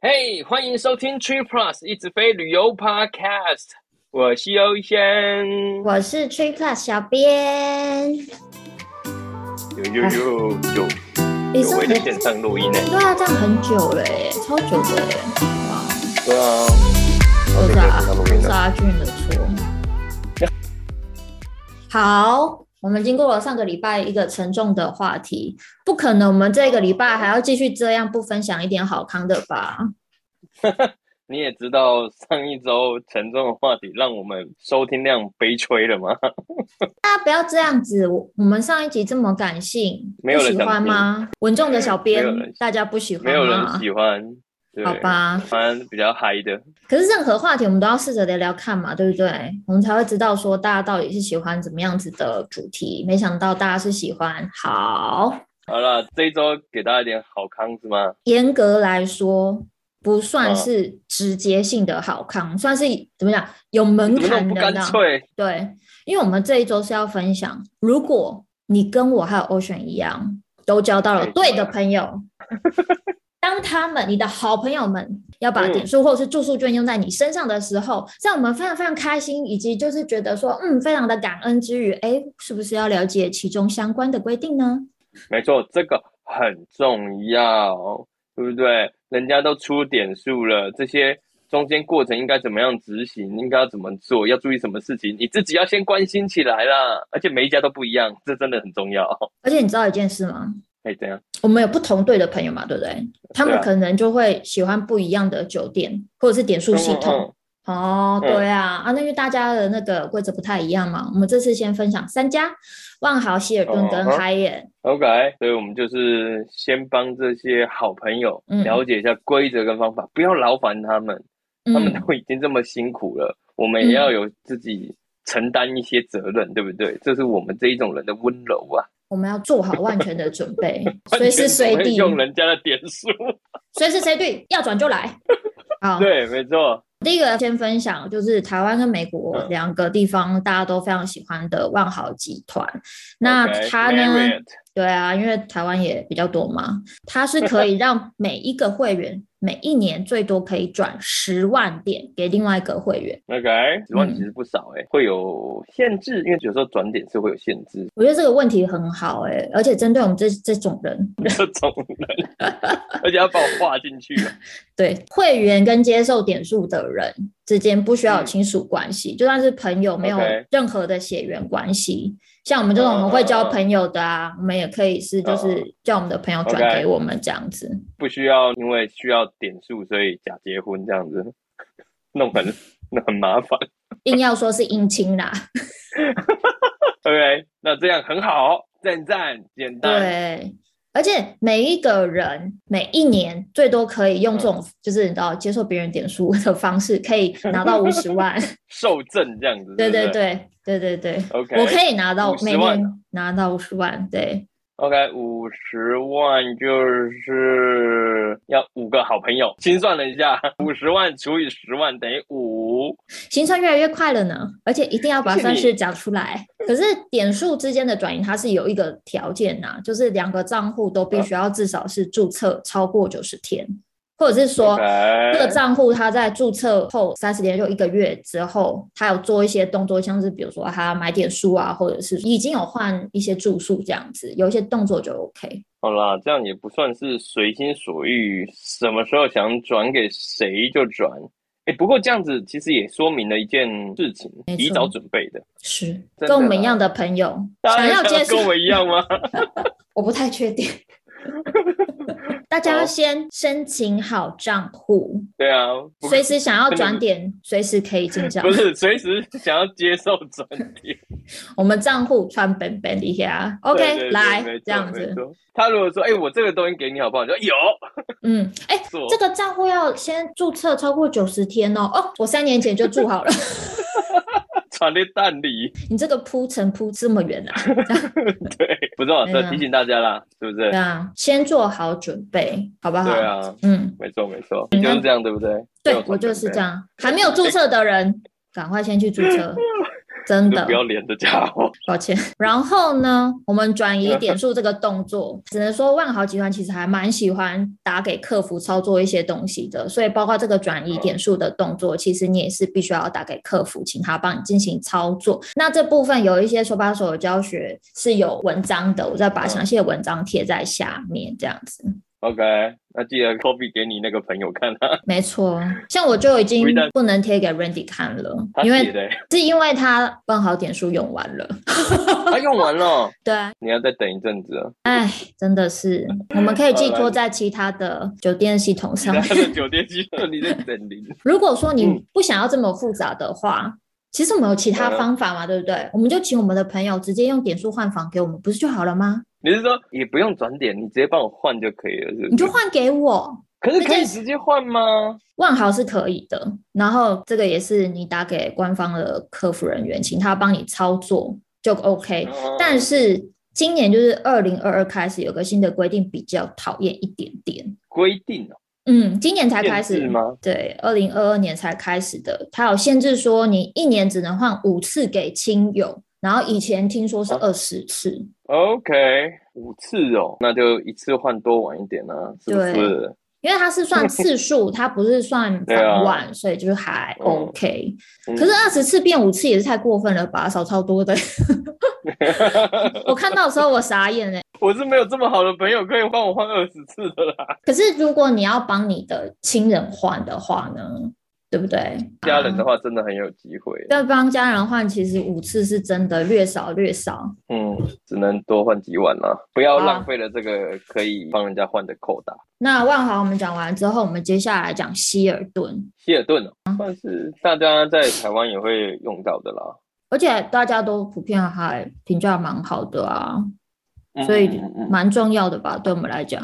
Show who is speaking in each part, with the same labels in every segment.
Speaker 1: 嘿欢迎收听 Tree Plus 一直飞旅游 Podcast，我是优先。
Speaker 2: 我是 Tree Plus 小编，
Speaker 1: 有有有有
Speaker 2: 你
Speaker 1: 有
Speaker 2: 这
Speaker 1: 为
Speaker 2: 很
Speaker 1: 的线上录音呢？
Speaker 2: 对啊，这样很久了耶，超久的耶，哇，
Speaker 1: 对啊，
Speaker 2: 都是啊，
Speaker 1: 我
Speaker 2: 都是阿俊的错。好，我们经过了上个礼拜一个沉重的话题，不可能我们这个礼拜还要继续这样不分享一点好康的吧？
Speaker 1: 你也知道上一周沉重的话题让我们收听量悲催了 吗？
Speaker 2: 大家不要这样子，我我们上一集这么感性，
Speaker 1: 没有
Speaker 2: 不
Speaker 1: 人
Speaker 2: 喜欢吗？稳重的小
Speaker 1: 没
Speaker 2: 编
Speaker 1: 有人，
Speaker 2: 大家不喜欢吗？
Speaker 1: 没有人喜欢，对，
Speaker 2: 好，吧，
Speaker 1: 反正比较嗨的，
Speaker 2: 可是任何话题我们都要试着聊聊看嘛，对不对？我们才会知道说大家到底是喜欢怎么样子的主题。没想到大家是喜欢好，
Speaker 1: 好了，这一周给大家一点好康是吗？
Speaker 2: 严格来说不算
Speaker 1: 嗯
Speaker 2: 是直接性的好康，算是怎么讲有门
Speaker 1: 怎么那么
Speaker 2: 槛
Speaker 1: 不
Speaker 2: 的
Speaker 1: 干
Speaker 2: 呢？
Speaker 1: 脆？
Speaker 2: 对，因为我们这一周是要分享，如果你跟我还有 Ocean 一样，都交到了
Speaker 1: 哎
Speaker 2: 对的 朋友，当他们你的好朋友们要把
Speaker 1: 嗯
Speaker 2: 点数或者是住宿券用在你身上的时候，让我们非常非常开心，以及就是觉得说，嗯，非常的感恩之余，哎，是不是要了解其中相关的规定呢？
Speaker 1: 没错，这个很重要，对不对？人家都出点数了，这些中间过程应该怎么样执行，应该要怎么做，要注意什么事情，你自己要先关心起来啦。而且每一家都不一样，这真的很重要。
Speaker 2: 而且你知道一件事吗？
Speaker 1: 可以这样，
Speaker 2: 我们有不同队的朋友嘛，对不对？他
Speaker 1: 对
Speaker 2: 们
Speaker 1: 啊
Speaker 2: 可能就会喜欢不一样的酒店或者是点数系统。
Speaker 1: 嗯
Speaker 2: 哦，
Speaker 1: 嗯
Speaker 2: 对啊，啊，那因为大家的那个规则不太一样嘛，我们这次先分享三家：万豪、希尔顿跟
Speaker 1: 嗯哼
Speaker 2: h y a t
Speaker 1: OK，所以我们就是先帮这些好朋友
Speaker 2: 嗯
Speaker 1: 了解一下规则跟方法，不要劳烦他们，他们
Speaker 2: 嗯，
Speaker 1: 都已经这么辛苦了，我们也要有自己承担一些责任，对不对？这是我们这一种人的温柔啊。
Speaker 2: 我们要做好万全的准备，随时随
Speaker 1: 完全不会
Speaker 2: 地，
Speaker 1: 用人家的点数。
Speaker 2: 随时随地要转 就来。好，
Speaker 1: 对，没错，
Speaker 2: 第一个先分享就是台湾跟美国
Speaker 1: 嗯
Speaker 2: 两个地方大家都非常喜欢的万豪集团。那
Speaker 1: OK，
Speaker 2: 它呢
Speaker 1: Marriott
Speaker 2: 对啊，因为台湾也比较多嘛，它是可以让每一个会员每一年最多可以转十万点给另外一个会员。嗯
Speaker 1: ？OK，十万其实不少哎、会有限制，因为有时候转点是会有限制
Speaker 2: 我觉得这个问题很好哎、而且针对我们这这种人，
Speaker 1: 这种 人，而且要把我划进去啊。
Speaker 2: 对会员跟接受点数的人之间不需要有亲属关系，就算是朋友没有
Speaker 1: 嗯 OK
Speaker 2: 任何的血缘关系。像我们这种很会交
Speaker 1: 嗯嗯嗯
Speaker 2: 朋友的啊，我们也可以是就
Speaker 1: 嗯
Speaker 2: 是叫我们的朋友转
Speaker 1: OK
Speaker 2: 给我们这样子。
Speaker 1: 不需要因为需要点数所以假结婚这样子，弄很那很麻烦。
Speaker 2: 硬要说是姻亲啦，
Speaker 1: OK，那这样很好，赞赞，简单。
Speaker 2: 对，而且每一个人每一年最多可以用这
Speaker 1: 嗯
Speaker 2: 种，就是你知道接受别人点数的方式，可以拿到五十 万。
Speaker 1: 受赠这样子，
Speaker 2: 对
Speaker 1: 对
Speaker 2: 对
Speaker 1: 不
Speaker 2: 对对对对，
Speaker 1: OK，
Speaker 2: 我可以拿到
Speaker 1: 50
Speaker 2: 每
Speaker 1: 万
Speaker 2: 年拿到五十万。对，
Speaker 1: OK，五十万就是要五个好朋友。心算了一下， 五十万除以十万等于五。
Speaker 2: 行程越来越快了呢，而且一定要把
Speaker 1: 谢谢
Speaker 2: 算
Speaker 1: 你
Speaker 2: 式讲出来。可是点数之间的转移，它是有一个条件呐、就是两个账户都必须要至少是注册超过九十天，或者是说
Speaker 1: OK，
Speaker 2: 这个账户他在注册后三十天就一个月之后，他有做一些动作，像是比如说他买点书啊，或者是已经有换一些住宿这样子，有一些动作就 OK。
Speaker 1: 好啦，这样也不算是随心所欲，什么时候想转给谁就转。哎，不过这样子其实也说明了一件事情，
Speaker 2: 没错
Speaker 1: 提早准备的。
Speaker 2: 是
Speaker 1: 真的
Speaker 2: 跟我们一样的朋友
Speaker 1: 大
Speaker 2: 想
Speaker 1: 家
Speaker 2: 要接受
Speaker 1: 跟，我一 样吗？
Speaker 2: 我不太确定。 大家要先申请好账户，
Speaker 1: 对啊，不
Speaker 2: 随时想
Speaker 1: 真
Speaker 2: 要
Speaker 1: 的
Speaker 2: 转
Speaker 1: 是
Speaker 2: 点，随时可以进账
Speaker 1: 不。是随时想要接受转点。
Speaker 2: 我们账户穿本本底下
Speaker 1: 对对对
Speaker 2: ，OK，来
Speaker 1: 没错
Speaker 2: 这样
Speaker 1: 没
Speaker 2: 子，
Speaker 1: 错他如果说，哎，我这个东西给你好不好？你说有，
Speaker 2: 嗯，哎，
Speaker 1: 做
Speaker 2: 这个账户要先注册超过九十天哦。哦，我三年前就注好了。
Speaker 1: 传的蛋里。
Speaker 2: 你这个铺陈铺这么远啊？
Speaker 1: 对，不错，
Speaker 2: 对
Speaker 1: 这
Speaker 2: 啊
Speaker 1: 提醒大家啦，是不是
Speaker 2: 对？啊，先做好准备，好不好？
Speaker 1: 对啊，
Speaker 2: 嗯，
Speaker 1: 没错没错，
Speaker 2: 嗯
Speaker 1: 你就是这样，对不对？
Speaker 2: 对我就是这
Speaker 1: 样。
Speaker 2: 样。还没有注册的人，赶快先去注册。真
Speaker 1: 这
Speaker 2: 的
Speaker 1: 不，要脸的家伙。
Speaker 2: 抱歉。 然后呢，我们转
Speaker 1: 嗯
Speaker 2: 移点数这个动作，只能说万豪集团其实还蛮喜欢打给客服操作一些东西的，所以包括这个转移点数的动作，其实你也是必须要打给客服，请他帮你进行操作。那这部分有一些手把手的教学是有文章的，我再把
Speaker 1: 嗯
Speaker 2: 详细的文章贴在下面，这样子。
Speaker 1: OK，那记得 copy 给你那个朋友看啊，
Speaker 2: 没错，像我就已经
Speaker 1: 不一定
Speaker 2: 不能贴给 Randy 看了，
Speaker 1: 他
Speaker 2: 因
Speaker 1: 写
Speaker 2: 为
Speaker 1: 的欸，
Speaker 2: 是因为他万豪点数用完了。
Speaker 1: 他用完了，
Speaker 2: 对啊，
Speaker 1: 你要再等一阵子啊。
Speaker 2: 哎，真 的是，我们可以寄
Speaker 1: 好
Speaker 2: 托
Speaker 1: 了
Speaker 2: 在其他的酒店系统
Speaker 1: 其
Speaker 2: 上
Speaker 1: 他
Speaker 2: 面。
Speaker 1: 的酒店机设你在等零，
Speaker 2: 如果说你
Speaker 1: 嗯
Speaker 2: 不想要这么复杂的话，其实我们有其他
Speaker 1: 嗯
Speaker 2: 方法嘛，对不对？我们就请我们的朋友直接用点数换房给我们，不是就好了吗？
Speaker 1: 你是说也不用转点，你直接帮我换就可以了，是不是？
Speaker 2: 你就换给我，
Speaker 1: 可是可
Speaker 2: 而
Speaker 1: 以
Speaker 2: 且
Speaker 1: 直接换吗？
Speaker 2: 万豪是可以的。然后这个也是你打给官方的客服人员，请他帮你操作就 OK。
Speaker 1: 嗯
Speaker 2: 但是今年就是二零二二开始有个新的规定，比较讨厌一点点。
Speaker 1: 规定哦
Speaker 2: 嗯，今年才开
Speaker 1: 限
Speaker 2: 始
Speaker 1: 制吗？
Speaker 2: 对，二零二二年才开始的，它有限制说你一年只能换五次给亲友，然后以前听说是
Speaker 1: 啊
Speaker 2: 二十次，
Speaker 1: OK，五次哦，那就一次换多玩一点啊，是不 是？
Speaker 2: 因为它是算次数，它不是算
Speaker 1: 对啊
Speaker 2: 房晚，所以就是还
Speaker 1: 嗯
Speaker 2: OK。
Speaker 1: 嗯
Speaker 2: 可是二十次变五次也是太过分了吧，少超多的。 我看到的时候我傻眼哎、
Speaker 1: 我是没有这么好的朋友可以帮我换二十次的啦，
Speaker 2: 可是如果你要帮你的亲人换的话呢，对不对？
Speaker 1: 家人的
Speaker 2: 话，
Speaker 1: 话真的很有机会，
Speaker 2: 要帮家人换，其实五次是真的略少略少。
Speaker 1: 嗯，只能多换几碗啦，不要
Speaker 2: 好啊
Speaker 1: 浪费了这个可以帮人家换的扣打。
Speaker 2: 那万豪我们讲完之后，我们接下来讲希尔顿，
Speaker 1: 希尔顿哦，
Speaker 2: 嗯
Speaker 1: 算是大家在台湾也会用到的啦，
Speaker 2: 而且大家都普遍还评价蛮好的啊，
Speaker 1: 嗯
Speaker 2: 所以
Speaker 1: 嗯嗯嗯
Speaker 2: 蛮重要的吧，对我们来讲。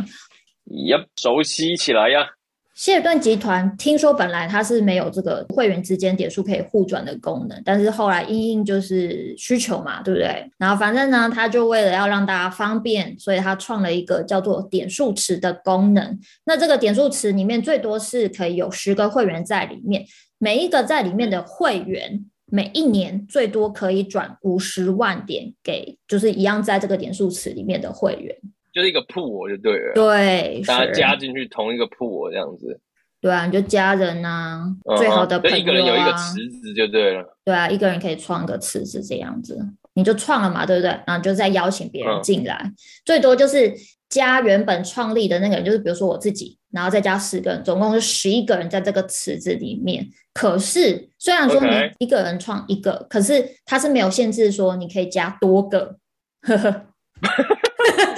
Speaker 1: yep，熟悉起来呀。
Speaker 2: 希尔顿集团听说本来它是没有这个会员之间点数可以互转的功能，但是后来因应就是需求嘛，对不对？然后反正呢，它就为了要让大家方便，所以它创了一个叫做点数池的功能。那这个点数池里面最多是可以有十个会员在里面，每一个在里面的会员。每一年最多可以转五十万点给，就是一样在这个点数池里面的会员。
Speaker 1: 就是一个铺我就对了，
Speaker 2: 对，
Speaker 1: 大家
Speaker 2: 是
Speaker 1: 加进去同一个铺我这样子，
Speaker 2: 对啊，你就家人啊，
Speaker 1: 嗯
Speaker 2: 最好的朋
Speaker 1: 就
Speaker 2: 友啊，
Speaker 1: 一个人有一个池子就对 了，
Speaker 2: 对啊，一个人可以创个池子这样子，你就创了嘛，对不对？然后就再邀请别人
Speaker 1: 嗯
Speaker 2: 进来，最多就是加原本创立的那个人，就是比如说我自己，然后再加十个人，总共是十一个人在这个池子里面。可是虽然说你
Speaker 1: OK
Speaker 2: 一个人创一个可是它是没有限制说你可以加多个，呵呵，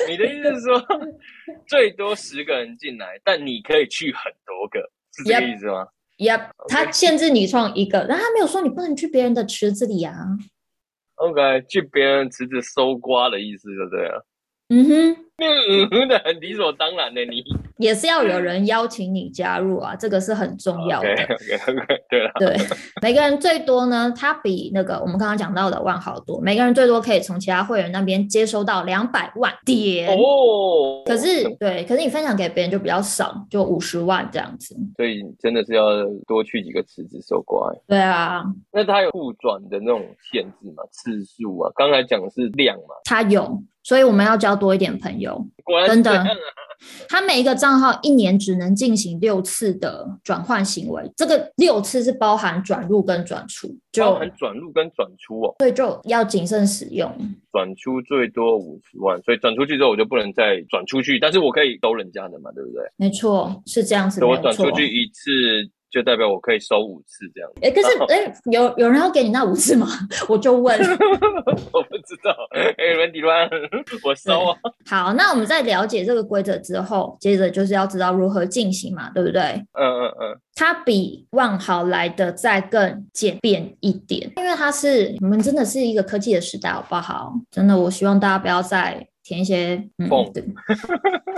Speaker 1: 你的意思是说，最多十个人进来，但你可以去很多个，是这个
Speaker 2: Yep
Speaker 1: 意思吗？
Speaker 2: 也它限制你创一个，但它没有说你不能去别人的池子里啊。
Speaker 1: OK，去别人池子搜刮的意思就对了。
Speaker 2: 嗯哼。
Speaker 1: 嗯嗯的，很理所当然的你。
Speaker 2: 也是要有人邀请你加入啊，这个是很重要
Speaker 1: 嗯 OK
Speaker 2: 的。
Speaker 1: OK OK，对 了，
Speaker 2: 对，每个人最多呢，他比那个我们刚刚讲到的万豪多，每个人最多可以从其他会员那边接收到两百万点。
Speaker 1: 哦，
Speaker 2: 嗯可是，对，可是你分享给别人就比较少，就五十万这样子。
Speaker 1: 所以真的是要多去几个池子搜刮。欸
Speaker 2: 对啊，
Speaker 1: 那它有互转的那种限制嘛，次数啊，刚才讲的是量嘛，
Speaker 2: 他有，所以我们要交多一点朋友。
Speaker 1: 果然
Speaker 2: 真
Speaker 1: 是
Speaker 2: 的
Speaker 1: 这样啊。
Speaker 2: 他每一个账号一年只能进行六次的转换行为，这个六次是包含转入跟转出，
Speaker 1: 包
Speaker 2: 就
Speaker 1: 含转入跟转出哦，
Speaker 2: 所以就要谨慎使用。
Speaker 1: 转出最多五十万，所以转出去之后我就不能再转出去，但是我可以收人家的嘛，对不对？
Speaker 2: 没错，是这样子，
Speaker 1: 所以我
Speaker 2: 没有
Speaker 1: 转
Speaker 2: 错
Speaker 1: 出。去一次，就代表我可以收五次这样。
Speaker 2: 哎，可是
Speaker 1: 然后
Speaker 2: 哎、诶有有人要给你那五次吗？ 我就问。
Speaker 1: 我不知道，哎、文迪乱，我收啊。
Speaker 2: 好，那我们在了解这个规则之后，接着就是要知道如何进行嘛，对不对？
Speaker 1: 嗯嗯嗯，
Speaker 2: 它比万豪来的再更简便一点，因为它是我们真的是一个科技的时代，好不好？真的，我希望大家不要再填一些嗯
Speaker 1: 缝，
Speaker 2: 对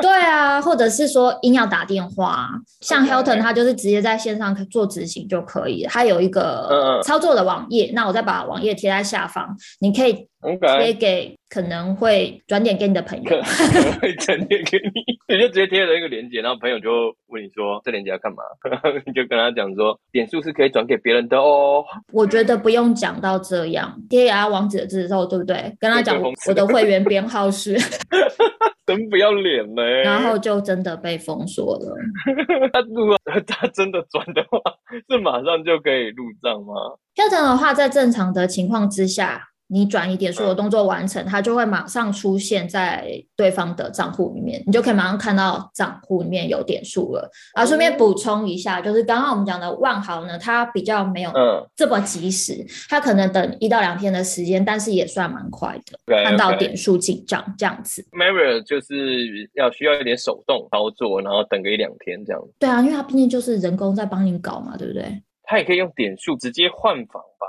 Speaker 2: 对啊，或者是说硬要打电话啊，像
Speaker 1: OK
Speaker 2: Hilton 它就是直接在线上做执行就可以了，它有一
Speaker 1: 嗯
Speaker 2: 个
Speaker 1: 嗯
Speaker 2: 操作的网页，那我再把网页贴在下方，你可以贴
Speaker 1: OK，
Speaker 2: 给可能会转点给你的朋
Speaker 1: 嗯可
Speaker 2: 友。
Speaker 1: 能会整点给你， 你就直接贴了一个链接，然后朋友就问你说这链接要干嘛， 你就跟他讲说点数是可以转给别人的哦，
Speaker 2: 我觉得不用讲到这样，贴给他网址之后，对不对？跟他讲
Speaker 1: 对
Speaker 2: 我
Speaker 1: 封死
Speaker 2: 我的会员编 号是，
Speaker 1: 真不要脸嘞、
Speaker 2: 然后就真的被封锁了。
Speaker 1: 他如果 他真的转的话，是马上就可以入账吗？
Speaker 2: 跳转的话，在正常的情况之下，你转移点数
Speaker 1: 嗯
Speaker 2: 的动作完成，它就会马上出现在对方的账户里面，你就可以马上看到账户里面有点数了。啊，顺便补充一下，就是刚刚我们讲的万豪呢，它比较没有
Speaker 1: 嗯
Speaker 2: 这么及时，它可能等一到两天的时间，但是也算蛮快的，
Speaker 1: ，OK，
Speaker 2: 看到点数进账这样子。
Speaker 1: m a r i o 就是要需要一点手动操作，然后等个一两天这样。
Speaker 2: 对啊，因为它毕竟就是人工在帮你搞嘛，对不对？
Speaker 1: 他也可以用点数直接换房吧？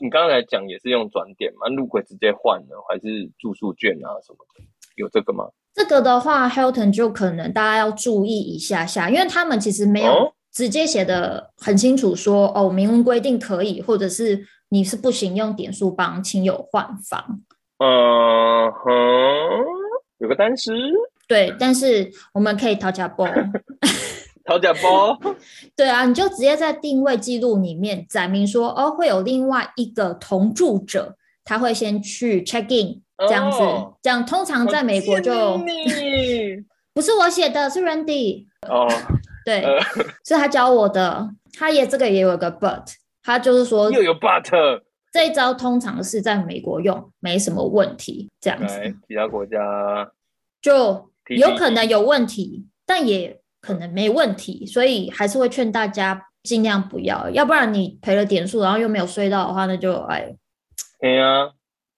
Speaker 1: 你刚才讲也是用转点嘛？入轨直接换呢，还是住宿券啊什么的？有这个吗？
Speaker 2: 这个的话，Hilton 就可能大家要注意一下下，因为他们其实没有
Speaker 1: 哦
Speaker 2: 直接写的很清楚说，哦，明文规定可以，或者是你是不行用点数帮亲友换房。
Speaker 1: 嗯哼，有个单词，
Speaker 2: 对，但是我们可以讨价包。
Speaker 1: 讨价 包。
Speaker 2: 对啊，你就直接在定位记录里面载明说，哦，会有另外一个同住者，他会先去 check in，这样子，
Speaker 1: 哦
Speaker 2: 这样通常在美国就
Speaker 1: 你
Speaker 2: 不是我写的，是 Randy。
Speaker 1: 哦，
Speaker 2: 对，
Speaker 1: 呃
Speaker 2: 是他教我的。他也这个也有一个 but，他就是说
Speaker 1: 又有 but，
Speaker 2: 这一招通常是在美国用，没什么问题，这样
Speaker 1: 来
Speaker 2: 子
Speaker 1: 其他国家
Speaker 2: 就
Speaker 1: TBD
Speaker 2: 有可能有问题，但也可能没问题，所以还是会劝大家尽量不要，要不然你赔了点数，然后又没有睡到的话，那就哎，
Speaker 1: 嘿啊，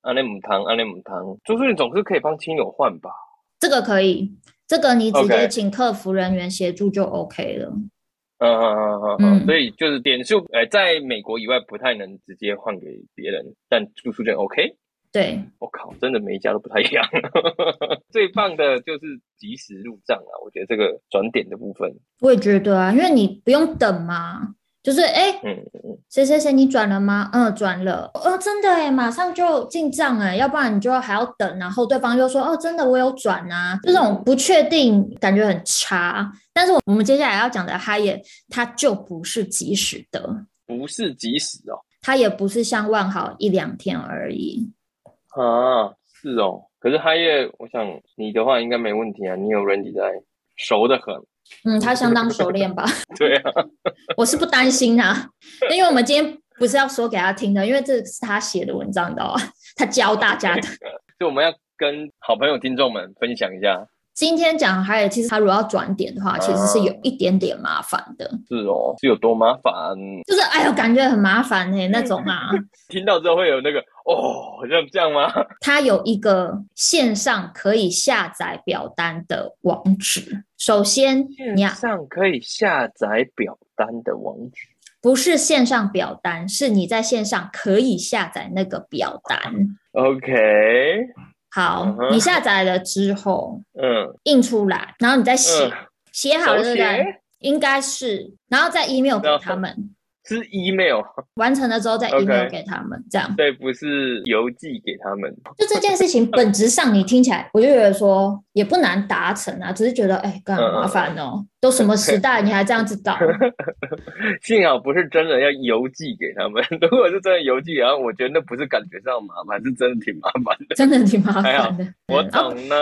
Speaker 1: 安内母汤，安内母汤，就是你总是可以帮亲友换吧？
Speaker 2: 这个可以，这个你直接
Speaker 1: OK
Speaker 2: 请客服人员协助就 OK 了。
Speaker 1: 嗯嗯嗯
Speaker 2: 嗯
Speaker 1: 嗯，所以就是点数，呃，在美国以外不太能直接换给别人，但住宿券 OK。
Speaker 2: 对，
Speaker 1: 我、靠，真的每一家都不太一样。 最棒的就是及时入账啊，我觉得这个转点的部分，
Speaker 2: 我也觉得啊，因为你不用等嘛，就是哎，
Speaker 1: 嗯
Speaker 2: 谁谁谁，你转了吗？嗯，转了。哦，真的哎，马上就进账哎，要不然你就还要等，然后对方又说哦，真的我有转啊，这种不确定感觉很差。但是我们接下来要讲的哈也，它就不是及时的，
Speaker 1: 不是及时哦。
Speaker 2: 它也不是像万豪一两天而已。
Speaker 1: 啊，是哦。可是哈耶，我想你的话应该没问题啊，你有 Randy 在，熟的很。
Speaker 2: 嗯，他相当熟练吧？
Speaker 1: 对啊，
Speaker 2: 我是不担心啊，因为我们今天不是要说给他听的，因为这是他写的文章，你知道吗？ 他教大家的。
Speaker 1: 所以我们要跟好朋友听众们分享一下。
Speaker 2: 今天讲还有，其实他如果要转点的话，其实是有
Speaker 1: 啊
Speaker 2: 一点点麻烦的，
Speaker 1: 是哦，是有多麻烦？
Speaker 2: 就是哎呦，感觉很麻烦
Speaker 1: 嗯
Speaker 2: 哎、那种啊。
Speaker 1: 听到之后会有那个哦，像这样吗？
Speaker 2: 它有一个线上可以下载表单的网址，首先
Speaker 1: 嗯
Speaker 2: 你要
Speaker 1: 上可以下载表单的网址。
Speaker 2: 不是线上表单，是你在线上可以下载那个表单。
Speaker 1: OK，
Speaker 2: 好
Speaker 1: 嗯，哼
Speaker 2: 你下载了之后
Speaker 1: 嗯，
Speaker 2: 印出来，然后你再写
Speaker 1: 嗯，
Speaker 2: 写好了
Speaker 1: 手
Speaker 2: 对
Speaker 1: 写
Speaker 2: 不对？应该是，然后再 email 给
Speaker 1: 然后
Speaker 2: 他们，
Speaker 1: 是 email
Speaker 2: 完成了之后再
Speaker 1: OK
Speaker 2: email 给他们，这样。
Speaker 1: 对，不是邮寄给他们。
Speaker 2: 就这件事情本质上，你听起来我就觉得说也不难达成啊，只是觉得哎，干
Speaker 1: 嗯嗯
Speaker 2: 麻烦哦，都什么时代你还这样子 搞？
Speaker 1: 幸好不是真的要邮寄给他们， 如果是真的邮寄，然后我觉得那不是感觉上麻烦，是真的挺麻烦的。
Speaker 2: 真的挺麻
Speaker 1: 还
Speaker 2: 烦
Speaker 1: 好
Speaker 2: 的。
Speaker 1: 我
Speaker 2: 嗯啊
Speaker 1: 懂呢，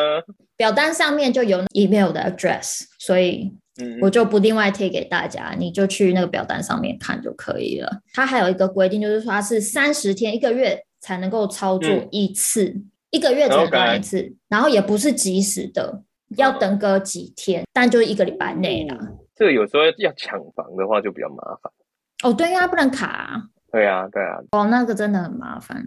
Speaker 2: 表单上面就有 email 的 address，所以
Speaker 1: 嗯，
Speaker 2: 我就不另外贴给大家，你就去那个表单上面看就可以了。它还有一个规定，就是说它是三十天一个月才能够操作
Speaker 1: 嗯
Speaker 2: 一次，一个月只能
Speaker 1: OK
Speaker 2: 玩一次然后也不是及时的，要
Speaker 1: 嗯
Speaker 2: 等个几天，但就是一个礼拜内啦。
Speaker 1: 这个有时候要抢房的话就比较麻烦。
Speaker 2: 哦，对，因为它不能卡啊、
Speaker 1: 对啊，对啊，
Speaker 2: 哦，那个真的很麻烦。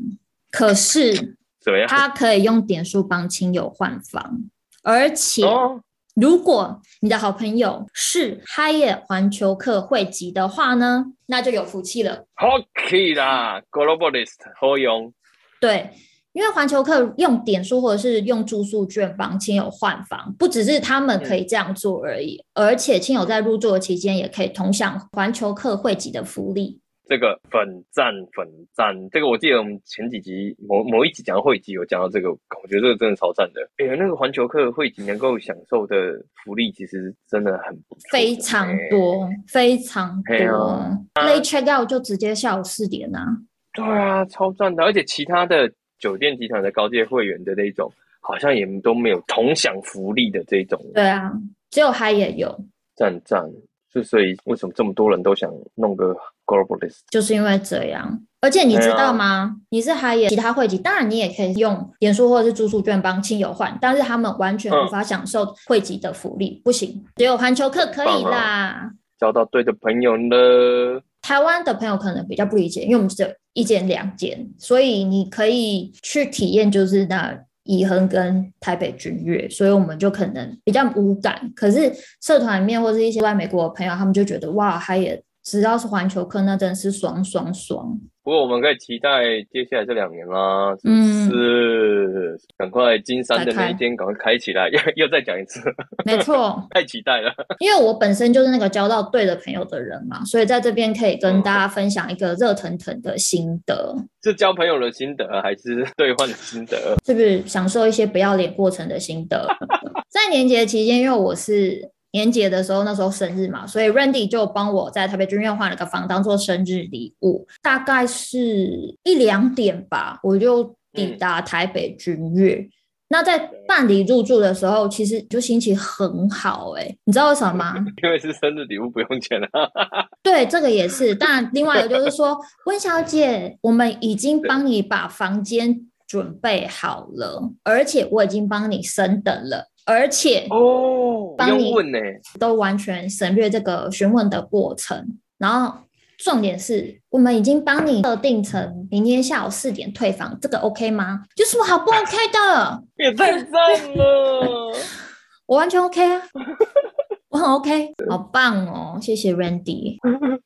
Speaker 2: 可是
Speaker 1: 怎么样？
Speaker 2: 他可以用点数帮亲友换房，而且
Speaker 1: 哦，
Speaker 2: 如果你的好朋友是哈耶环球客会籍的话呢，那就有福气了。
Speaker 1: 好 key 啦，globalist 好用，
Speaker 2: 对，因为环球客用点数或者是用住宿券帮亲友换房，不只是他们可
Speaker 1: 嗯
Speaker 2: 以这样做而已，而且亲友在入住的期间也可以同享环球客会籍的福利。
Speaker 1: 这个粉赞粉赞，这个我记得我们前几集某某一集讲到汇集有讲到这个，我觉得这个真的超赞的。哎呀，那个环球客汇集能够享受的福利其实真的很不错哎
Speaker 2: 非常多，非常多
Speaker 1: 嘿啊。
Speaker 2: Late check out 就直接下午四点啊，
Speaker 1: 对啊，超赞的！而且其他的酒店集团的高阶会员的那一种，好像也都没有同享福利的这种
Speaker 2: 对啊，只有嗨也有，
Speaker 1: 赞赞。之所以为什么这么多人都想弄个 global list，
Speaker 2: 就是因为这样。而且你知
Speaker 1: 啊
Speaker 2: 道吗？你是海野其他会籍，当然你也可以用点数或者是住宿券帮亲友换，但是他们完全
Speaker 1: 嗯
Speaker 2: 无法享受会籍的福利，不行，只有环球客可以
Speaker 1: 棒啊
Speaker 2: 啦。
Speaker 1: 交到对的朋友呢？
Speaker 2: 台湾的朋友可能比较不理解，因为我们只有一间两间，所以你可以去体验，就是那怡恒跟台北君悦，所以我们就可能比较无感。可是社团里面或是一些在美国的朋友，他们就觉得哇，他也只要是环球客，那真是爽爽爽。
Speaker 1: 不过我们可以期待接下来这两年啦，是
Speaker 2: 嗯
Speaker 1: 不是？赶快金山的
Speaker 2: 快
Speaker 1: 那
Speaker 2: 开
Speaker 1: 一间赶快开起来，又 又再讲一次，
Speaker 2: 没错，
Speaker 1: 太期待了。
Speaker 2: 因为我本身就是那个交到对的朋友的人嘛，所以在这边可以跟大家分享一个热腾腾的心得，
Speaker 1: 是交朋友的心得还是兑换的心得？
Speaker 2: 是不是享受一些不要脸过程的心得？ 在年节期间，因为我是年节的时候，那时候生日嘛，所以 Randy 就帮我在台北军院换了个房当做生日礼物，大概是一两点吧，我就抵达台北军院。那在办理入住的时候，其实就心情很好哎、你知道为什么吗？
Speaker 1: 因为是生日礼物不用钱啊。
Speaker 2: 对，这个也是。但另外一个就是说，温小姐，我们已经帮你把房间准备好了，而且我已经帮你升等了，而且
Speaker 1: 哦，不
Speaker 2: 帮
Speaker 1: 用
Speaker 2: 你
Speaker 1: 问呢、
Speaker 2: 都完全省略这个询问的过程。然后重点是，我们已经帮你设定成明天下午四点退房，这个 OK 吗？有什么好不 OK 的？
Speaker 1: 也太赞 了！
Speaker 2: 我完全 OK 啊，我很 OK，好棒哦，谢谢 Randy。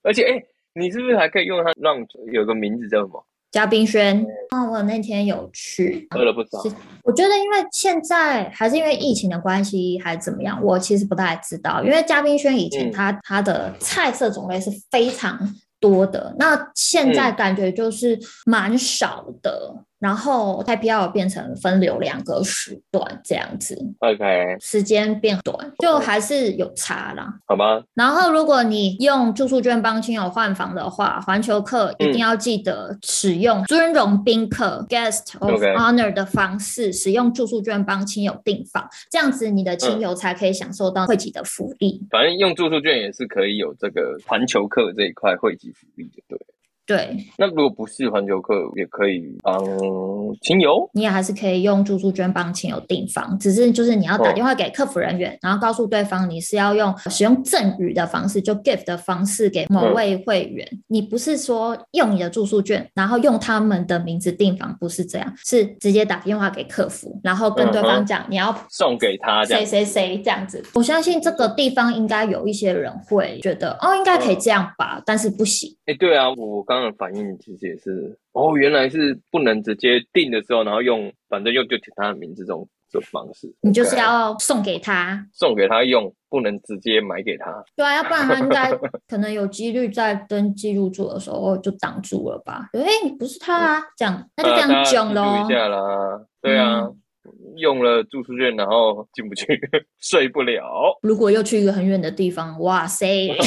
Speaker 1: 而且，哎、你是不是还可以用它让有个名字叫什么？
Speaker 2: 嘉宾轩，哦，我那天有去，
Speaker 1: 饿了不少，
Speaker 2: 啊是我觉得，因为现在还是因为疫情的关系，还怎么样，我其实不太知道。因为嘉宾轩以前
Speaker 1: 嗯
Speaker 2: 他、他的菜色种类是非常多的，那现在感觉就是蛮少的。然后太 p 要变成分流两个时段这样子，
Speaker 1: OK，
Speaker 2: 时间变短，就还是有差啦。
Speaker 1: 好吧，
Speaker 2: 然后，如果你用住宿券帮亲友换房的话，环球客一定要记得使用尊荣宾客 （guest of
Speaker 1: OK
Speaker 2: honor） 的方式，使用住宿券帮亲友订房，这样子你的亲友才可以享受到汇集的福利。
Speaker 1: 反正用住宿券也是可以有这个环球客这一块汇集福利的，对。
Speaker 2: 对
Speaker 1: 那如果不是环球客，也可以帮亲友。
Speaker 2: 你也还是可以用住宿券帮亲友订房，只是就是你要打
Speaker 1: 哦
Speaker 2: 电话给客服人员，然后告诉对方你是要用使用赠与的方式，就 gift 的方式给某
Speaker 1: 嗯
Speaker 2: 位会员。你不是说用你的住宿券，然后用他们的名字订房，不是这样，是直接打电话给客服，然后跟对
Speaker 1: 嗯
Speaker 2: 方
Speaker 1: 哼
Speaker 2: 讲你要。
Speaker 1: 送给他这
Speaker 2: 谁
Speaker 1: 样，
Speaker 2: 谁谁这样子，我相信这个地方应该有一些人会觉得哦，应该
Speaker 1: 嗯
Speaker 2: 可以这样吧，但是不行。
Speaker 1: 哎、对啊，我刚刚的反应其实也是，哦，原来是不能直接定的时候，然后用，反正用就填他的名字这种这种方式，
Speaker 2: 你就是
Speaker 1: OK
Speaker 2: 要送给他，
Speaker 1: 送给他用，不能直接买给他。
Speaker 2: 对啊，要不然他 应该可能有几率在登记入住的时候就挡住了吧？哎、你不是他啊，这样那
Speaker 1: 嗯
Speaker 2: 就
Speaker 1: 大
Speaker 2: 这
Speaker 1: 家
Speaker 2: 样囧
Speaker 1: 记
Speaker 2: 喽
Speaker 1: 住一。下啦，对啊，
Speaker 2: 嗯
Speaker 1: 用了住宿券，然后进不去， 睡不了，
Speaker 2: 如果又去一个很远的地方，哇塞！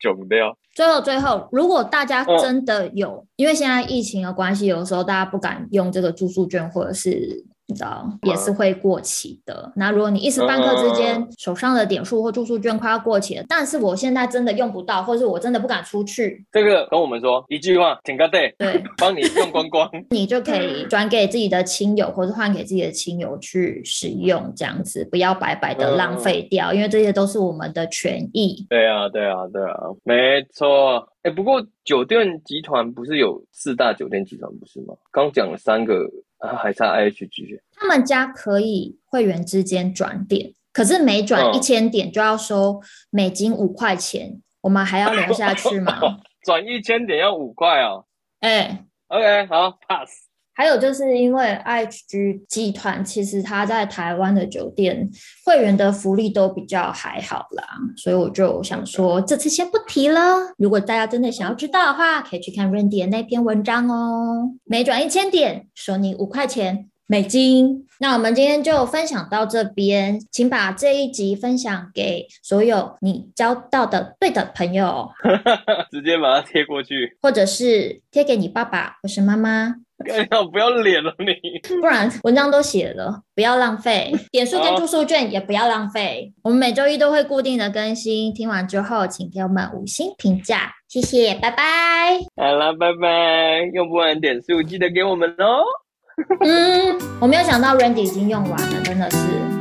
Speaker 1: 囧掉。
Speaker 2: 最后最后，如果大家
Speaker 1: 嗯
Speaker 2: 真的有，因为现在疫情的关系，有时候大家不敢用这个住宿券，或者是你知道也是会过期的。那如果你一时半刻之间
Speaker 1: 嗯
Speaker 2: 手上的点数或住宿券快要过期了，但是我现在真的用不到，或是我真的不敢出去，
Speaker 1: 这个跟我们说一句话，请个对，
Speaker 2: 对。
Speaker 1: 帮你用光光。
Speaker 2: 你就可以转给自己的亲友，或者换给自己的亲友去使用，这样子不要白白的浪费掉，因为这些都是我们的权益。
Speaker 1: 对啊，对啊，对啊，没错。哎，不过酒店集团不是有四大酒店集团不是吗？刚讲了三个，啊、还差 IHG。
Speaker 2: 他们家可以会员之间转点，可是每转
Speaker 1: 嗯
Speaker 2: 一千点就要收美金五块钱，我们还要留下去吗？
Speaker 1: 转一千点要五块哦。
Speaker 2: 哎、
Speaker 1: OK，好，pass。
Speaker 2: 还有就是因为 IHG 集团其实它在台湾的酒店会员的福利都比较还好啦，所以我就想说这次先不提了。如果大家真的想要知道的话，可以去看 Randy 的那篇文章哦。每转一千点，收你五块钱。美金。那我们今天就分享到这边，请把这一集分享给所有你交到的对的朋友，
Speaker 1: 直接把它贴过 去。
Speaker 2: 或者是贴给你爸爸或是妈妈，
Speaker 1: 干掉哎不要脸了你！
Speaker 2: 不然文章都写了，不要浪费。点数跟
Speaker 1: 好
Speaker 2: 住宿券也不要浪费。我们每周一都会固定的更新，听完之后请给我们五星评价，谢谢，拜拜。
Speaker 1: 好啦，拜拜！用不完的点数记得给我们哦。
Speaker 2: 嗯，我没有想到 Randy 已经用完了，真的是。